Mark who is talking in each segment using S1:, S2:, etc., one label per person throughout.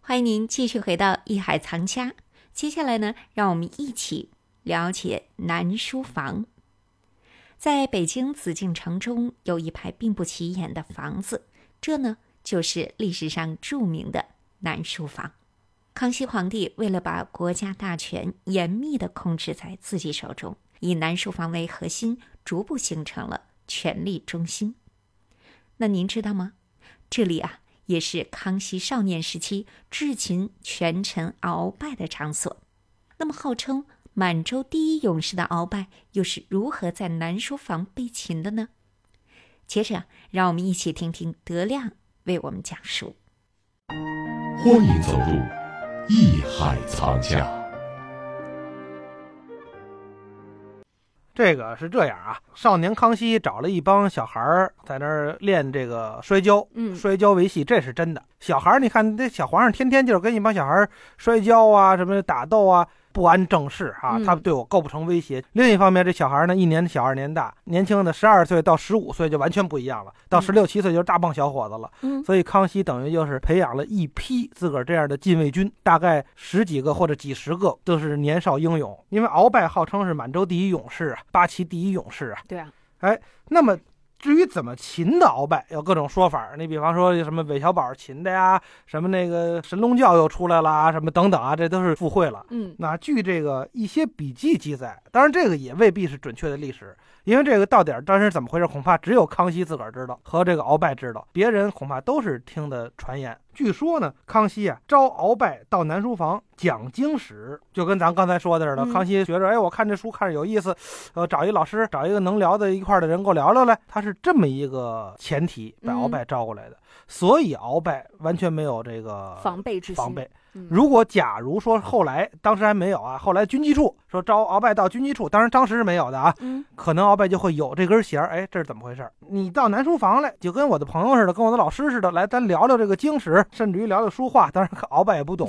S1: 欢迎您继续回到《艺海藏家》，接下来呢，让我们一起了解南书房。在北京紫禁城中有一排并不起眼的房子，这呢就是历史上著名的南书房。康熙皇帝为了把国家大权严密地控制在自己手中，以南书房为核心，逐步形成了权力中心。那您知道吗？这里啊，也是康熙少年时期智擒权臣鳌拜的场所。那么，号称满洲第一勇士的鳌拜，又是如何在南书房被擒的呢？接着，让我们一起听听德亮为我们讲述。
S2: 欢迎走入艺海藏家。
S3: 这个是这样啊，少年康熙找了一帮小孩儿在那儿练这个摔跤，
S4: 嗯
S3: 摔跤为戏，这是真的。小孩儿，你看那小皇上天天就是跟一帮小孩儿摔跤啊，什么打斗啊，不安正事啊
S4: 嗯，
S3: 他对我构不成威胁。另一方面，这小孩儿呢，一年小二年大，年轻的十二岁到十五岁就完全不一样了，到
S4: 嗯
S3: 十六七岁就是大棒小伙子了。
S4: 嗯
S3: 所以康熙等于就是培养了一批自个儿这样的禁卫军，大概十几个或者几十个，都是年少英勇。因为鳌拜号称是满洲第一勇士啊，八旗第一勇士啊。
S4: 对啊，
S3: 啊
S4: 嗯
S3: 那据这个一些笔记记载，当然这个也未必是准确的历史，因为这个到底儿当时怎么回事，恐怕只有康熙自个儿知道和这个鳌拜知道，别人恐怕都是听的传言。据说呢，康熙啊招鳌拜到南书房讲经史，就跟咱刚才说的似的，
S4: 嗯
S3: 康熙觉着，哎，我看这书看着有意思，呃，找一老师，找一个能聊的一块儿的人给我聊聊来，他是这么一个前提把
S4: 嗯
S3: 鳌拜招过来的，所以鳌拜完全没有这个
S4: 防备之心，
S3: 呃防备。
S4: 嗯，
S3: 如果假如说后来，当时还没有啊，后来军机处说招鳌拜到军机处，当然当时是没有的啊，
S4: 嗯
S3: 可能鳌拜就会有这根弦儿。哎，这是怎么回事儿？你到南书房来，就跟我的朋友似的，跟我的老师似的，来咱聊聊这个经史，甚至于聊聊书画。当然鳌拜也不 懂，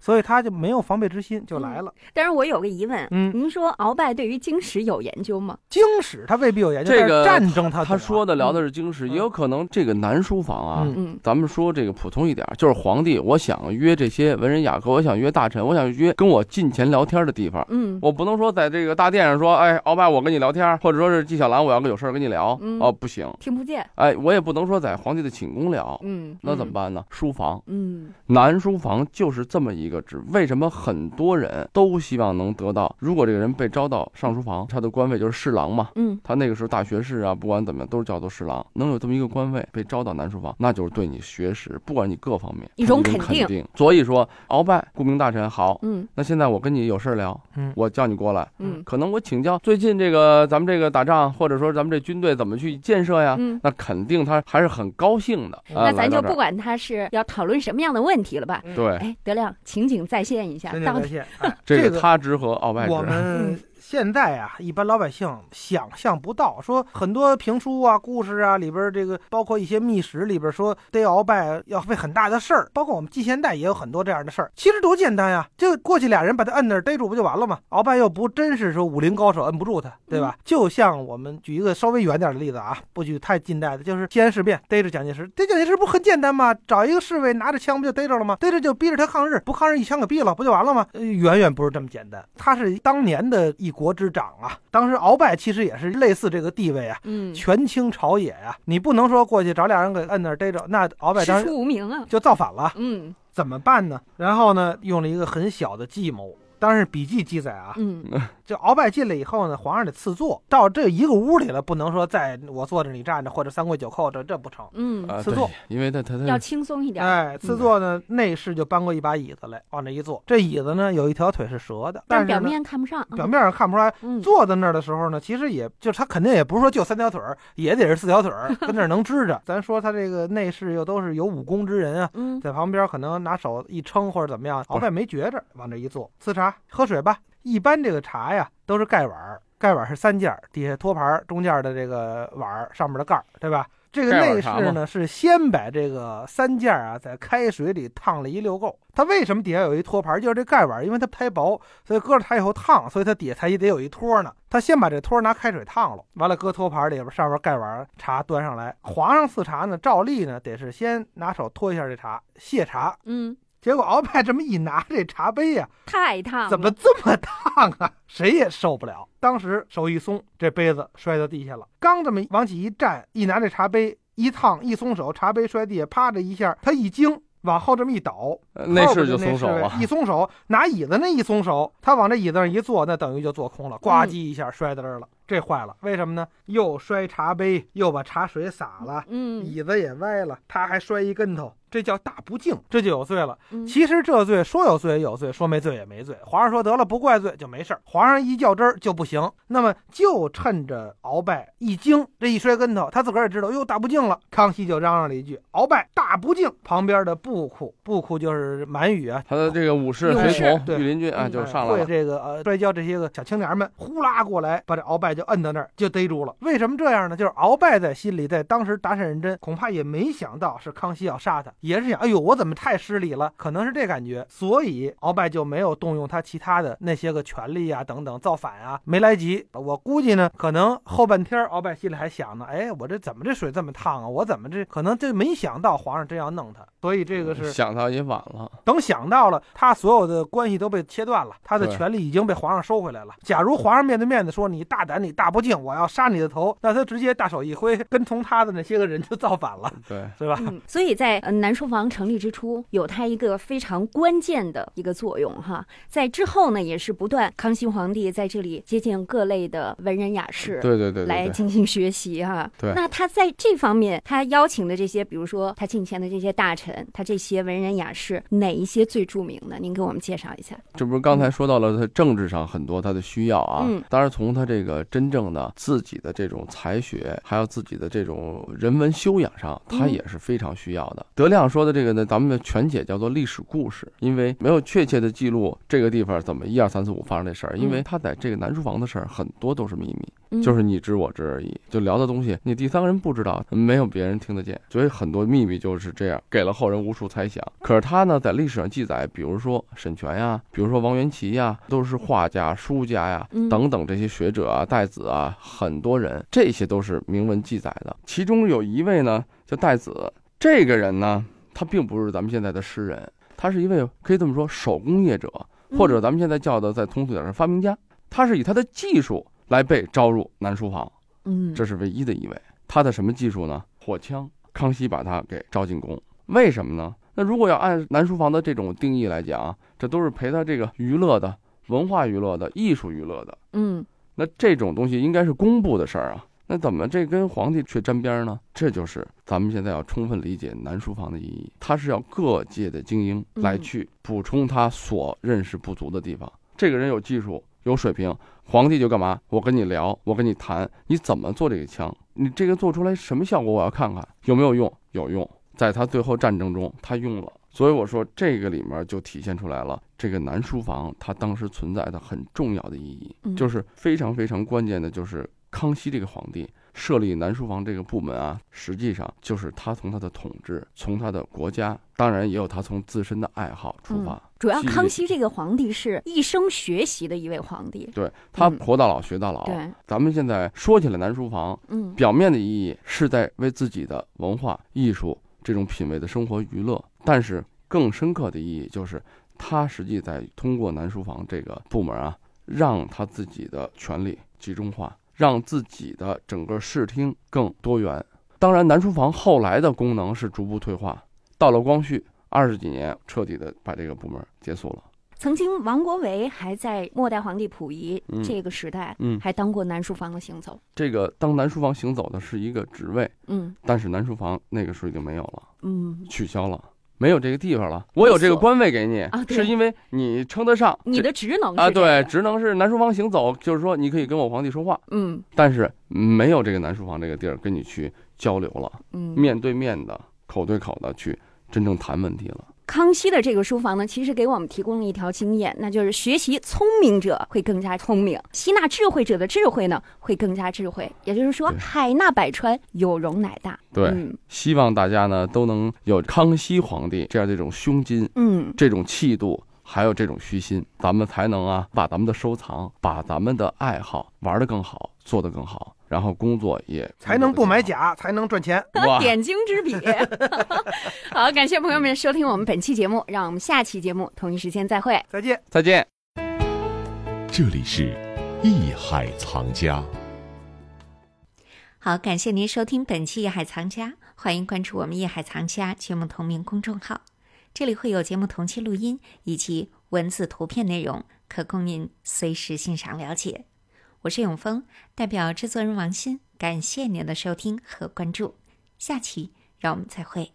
S3: 所以他就没有防备之心，就来
S5: 嗯
S3: 了。
S4: 但是我有个疑问，
S3: 嗯
S4: 您说鳌拜对于经史有研究吗？
S3: 经史他未必有研究，
S5: 这个
S3: 但是战争他懂
S5: 他
S3: 啊
S5: 说的聊的是经史，
S3: 嗯
S5: 也有可能这个南书房啊，
S3: 嗯
S4: 嗯
S5: 咱们说这个普通一点儿，就是皇帝，我想约这些文人雅客，我想约大臣，我想约跟我近前聊天的地方。
S4: 嗯
S5: 我不能说在这个大殿上说，哎，鳌拜，我跟你聊天，或者说是纪晓岚，我要有事儿跟你聊，
S4: 嗯
S5: 哦，不行，
S4: 听不见，
S5: 哎，我也不能说在皇帝的寝宫聊，
S4: 嗯，
S5: 那怎么办呢？书房，
S4: 嗯？
S5: 南书房就是这么一个职。为什么很多人都希望能得到？如果这个人被招到上书房，他的官位就是侍郎嘛，
S4: 嗯嗯，
S5: 他那个时候大学士啊，不管怎么样都是叫做侍郎，能有这么一个官位被招到南书房，那就是对你学识，不管你各方面
S4: 一种
S5: 他
S4: 肯定
S5: 所以说，鳌拜顾命大臣好，
S4: 嗯
S5: 那现在我跟你有事儿聊，
S3: 嗯
S5: 我叫你过来，
S4: 嗯
S5: 可能我请教最近这个咱们这个打仗，或者说咱们这军队怎么去建设呀？
S4: 嗯。哎
S5: 那肯定他还是很高兴的。啊
S4: 那咱就
S5: 来到这
S4: 不
S5: 儿
S4: 管他是要讨论什么样的问题了吧？
S5: 对
S4: 哎，德亮，情景再现一下，
S3: 真
S4: 到
S3: 感
S4: 底
S3: 谢。哎
S5: 这
S3: 个
S5: 个他之和鳌拜
S3: 我
S5: 之，
S3: 们
S4: 嗯
S3: 现在啊，一般老百姓想象不到，说很多评书啊、故事啊里边儿这个，包括一些秘史里边儿说逮鳌拜要费很大的事儿，包括我们近现代也有很多这样的事儿。其实多简单呀、啊就过去俩人把他摁那儿逮住不就完了吗？鳌拜又不真是说武林高手摁不住他，对吧？啊就像我们举一个稍微远点儿的例子啊，不举太近代的，就是西安事变逮着蒋介石，逮蒋介石不很简单吗？找一个侍卫拿着枪不就逮着了吗？逮着就逼着他抗日，不抗日一枪给毙了不就完了吗？呃远远不是这么简单，他是当年的一国之长啊，当时鳌拜其实也是类似这个地位啊。
S4: 嗯，
S3: 权倾朝野呀、你不能说过去找俩人给摁那儿逮着，那鳌拜当
S4: 师
S3: 时
S4: 出无名啊，
S3: 就造反了。
S4: 嗯
S3: 怎么办呢？然后呢，用了一个很小的计谋，当然是笔记记载啊。
S4: 嗯
S3: 就鳌拜进来以后呢，皇上得赐座，到这一个屋里了，不能说在我坐着你站着，或者三跪九叩，这这不成。
S4: 嗯，
S5: 啊
S3: 四
S5: 对
S3: 座
S5: 因为他他
S4: 要
S5: 他
S4: 轻松一点儿，
S3: 哎，赐座呢，内侍就搬过一把椅子来，往这一坐。这椅子呢，有一条腿是折的，
S4: 但
S3: 但
S4: 是
S3: 是
S4: 表
S3: 呢
S4: 面看不上啊，
S3: 表面上看不出来。
S4: 嗯
S3: 坐在那儿的时候呢，其实也就是他肯定也不是说就三条腿儿，也得是四条腿儿，跟那儿能支着。 咱说他这个内侍又都是有武功之人啊，
S4: 嗯
S3: 在旁边可能拿手一撑或者怎么样，鳌拜没觉着，往这一坐，呲茶喝水吧。一般这个茶呀都是盖碗儿，盖碗儿是三件儿，底下托盘儿，中间儿的这个碗儿，上面的盖儿，对吧？这个
S5: 盖碗
S3: 内
S5: 茶
S3: 侍
S5: 嘛
S3: 呢是先把这个三件儿啊在开水里烫了一溜够。它为什么底下有一托盘儿？就是这盖碗儿，因为它太薄，所以搁着它以后烫，所以它底下它也得有一托呢。他先把这托拿开水烫了，完了搁托盘里边，上面盖碗茶端上来。皇上赐茶呢，照例呢得是先拿手托一下这茶，谢茶，
S4: 嗯
S3: 结果鳌拜这么一拿，这茶杯呀、
S4: 太烫了，
S3: 怎么这么烫啊？谁也受不了。当时手一松，这杯子摔到地下了。刚这么往起一站，一拿这茶杯一烫，一松手，茶杯摔地下，啪的一下，他一惊，往后这么一倒，
S5: 呃内
S3: 后
S5: 侍
S3: 边
S5: 就
S3: 就
S5: 松手
S3: 那侍卫
S5: 了。
S3: 一松手，拿椅子那一松手，他往这椅子上一坐，那等于就坐空了，呱
S4: 嗯
S3: 唧一下摔到这儿了。这坏了，为什么呢？又摔茶杯，又把茶水洒了，
S4: 嗯，
S3: 椅子也歪了，他还摔一跟头，这叫大不敬，这就有罪了。
S4: 嗯
S3: 其实这罪说有罪也有罪，说没罪也没罪。皇上说得了，不怪罪就没事儿。皇上一较真儿就不行。那么就趁着鳌拜一惊，这一摔跟头，他自个儿也知道，哟，大不敬了。康熙就嚷嚷了一句：“鳌拜大不敬！”旁边的布库，布库就是满语啊。
S5: 他的这个武士
S4: 勇
S5: 随
S3: 士
S5: 从
S3: 对
S5: 御林军啊，
S4: 嗯
S5: 就
S3: 哎
S5: 上来
S3: 会
S5: 了。
S3: 这个呃摔跤这些个小青年们呼啦过来，把这鳌拜就摁到那儿，就逮住了。为什么这样呢？就是鳌拜在心里，在当时打闪认真，恐怕也没想到是康熙要杀他，也是想，哎呦，我怎么太失礼了？可能是这感觉，呃所以鳌拜就没有动用他其他的那些个权利啊，等等造反啊，没来及。我估计呢，可能后半天鳌拜心里还想呢，哎，我这怎么这水这么烫啊？我怎么这可能这没想到皇上真要弄他，所以这个是
S5: 想到也晚了，
S3: 等想到了，他所有的关系都被切断了，他的
S5: 对
S3: 权利已经被皇上收回来了。假如皇上面对面的说你大胆，你大不敬，我要杀你的头，那他直接大手一挥，跟从他的那些个人就造反了，
S5: 对，
S3: 对吧？
S4: 嗯，所以在呃南书房成立之初，有它一个非常关键的一个作用哈。在之后呢，也是不断康熙皇帝在这里接见各类的文人雅士。
S5: 对对对
S4: 来
S5: 对对，
S4: 进行学习哈、
S5: 对
S4: 那他在这方面，他邀请的这些，比如说他进前的这些大臣，他这些文人雅士，哪一些最著名呢？您给我们介绍一下。
S5: 这不是刚才说到了他政治上很多他的需要啊
S4: 嗯，
S5: 当然从他这个真正的自己的这种才学，还有自己的这种人文修养上，他
S4: 嗯
S5: 也是非常需要的。德亮说的这个呢，咱们的全解叫做历史故事，因为没有确切的记录这个地方怎么一二三四五发生这事儿，因为
S4: 嗯
S5: 他在这个南书房的事儿很多都是秘密，
S4: 嗯、
S5: 就是你知我知而已，就聊的东西，你第三个人不知道，没有别人听得见，所以很多秘密就是这样，给了后人无数猜想。可是他呢，在历史上记载，比如说沈佺呀，比如说王元祁呀，都是画家、书家呀
S4: 嗯
S5: 等等这些学者啊、戴子啊，很多人，这些都是明文记载的。其中有一位呢，叫戴子，这个人呢，他并不是咱们现在的诗人，他是一位可以这么说手工业者，或者咱们现在叫的在通俗点儿是发明家，他是以他的技术来被招入南书房，
S4: 嗯，
S5: 这是唯一的一位。他的什么技术呢？火枪。康熙把他给招进宫，为什么呢？那如果要按南书房的这种定义来讲啊，这都是陪他这个娱乐的、文化娱乐的、艺术娱乐的，
S4: 嗯
S5: 那这种东西应该是公布的事儿啊，那怎么这跟皇帝却沾边儿呢？这就是咱们现在要充分理解南书房的意义，它是要各界的精英
S4: 嗯
S5: 来去补充他所认识不足的地方。这个人有技术，有水平，皇帝就干嘛？我跟你聊，我跟你谈，你怎么做这个枪？你这个做出来什么效果？我要看看有没有用，有用。在他最后战争中，他用了，所以我说这个里面就体现出来了，这个南书房它当时存在的很重要的意义，
S4: 嗯
S5: 就是非常非常关键的，就是康熙这个皇帝设立南书房这个部门啊，实际上就是他从他的统治，从他的国家，当然也有他从自身的爱好出发。
S4: 主要
S5: 记忆
S4: 康熙这个皇帝是一生学习的一位皇帝。
S5: 对他
S4: 嗯
S5: 活到老学到老，
S4: 对，
S5: 咱们现在说起来南书房，
S4: 嗯
S5: 表面的意义是在为自己的文化、艺术这种品味的生活娱乐，但是更深刻的意义就是，他实际在通过南书房这个部门啊，让他自己的权利集中化，让自己的整个视听更多元。当然，南书房后来的功能是逐步退化，到了光绪二十几年，彻底的把这个部门结束了。
S4: 曾经王国维还在末代皇帝溥仪
S5: 嗯
S4: 这个时代，
S5: 嗯
S4: 还当过南书房的行走。
S5: 这个当南书房行走的是一个职位，
S4: 嗯
S5: 但是南书房那个时候已经没有了。
S4: 嗯，
S5: 取消了，没有这个地方了。我有这个官位给你，
S4: 啊对
S5: 是因为你称得上
S4: 你
S5: 这
S4: 的职能是
S5: 啊，
S4: 这个
S5: 对，职能是南书房行走，就是说你可以跟我皇帝说话，
S4: 嗯
S5: 但是没有这个南书房这个地儿跟你去交流了，
S4: 嗯，
S5: 面对面的、口对口的去真正谈问题了。
S4: 康熙的这个书房呢，其实给我们提供了一条经验，那就是学习聪明者会更加聪明，吸纳智慧者的智慧呢会更加智慧。也就是说，
S5: 对
S4: 海纳百川，有容乃大。
S5: 对，
S4: 嗯
S5: 希望大家呢都能有康熙皇帝这样的一种胸襟、
S4: 嗯，
S5: 这种气度，还有这种虚心，咱们才能啊把咱们的收藏、把咱们的爱好玩得更好，做得更好。然后工作也
S3: 才能不
S5: 嗯
S3: 买。假，才能赚钱。
S5: 哇，
S4: 点睛之 笔。好，感谢朋友们收听我们本期节目，让我们下期节目同一时间再会。
S3: 再见。
S5: 再见。
S2: 这里是艺海藏家。
S1: 好，感谢您收听本期《夜海藏家》，欢迎关注我们《夜海藏家》节目同名公众号，这里会有节目同期录音以及文字、图片内容，可供您随时欣赏了解。我是永峰，代表制作人王鑫，感谢您的收听和关注，下期让我们再会。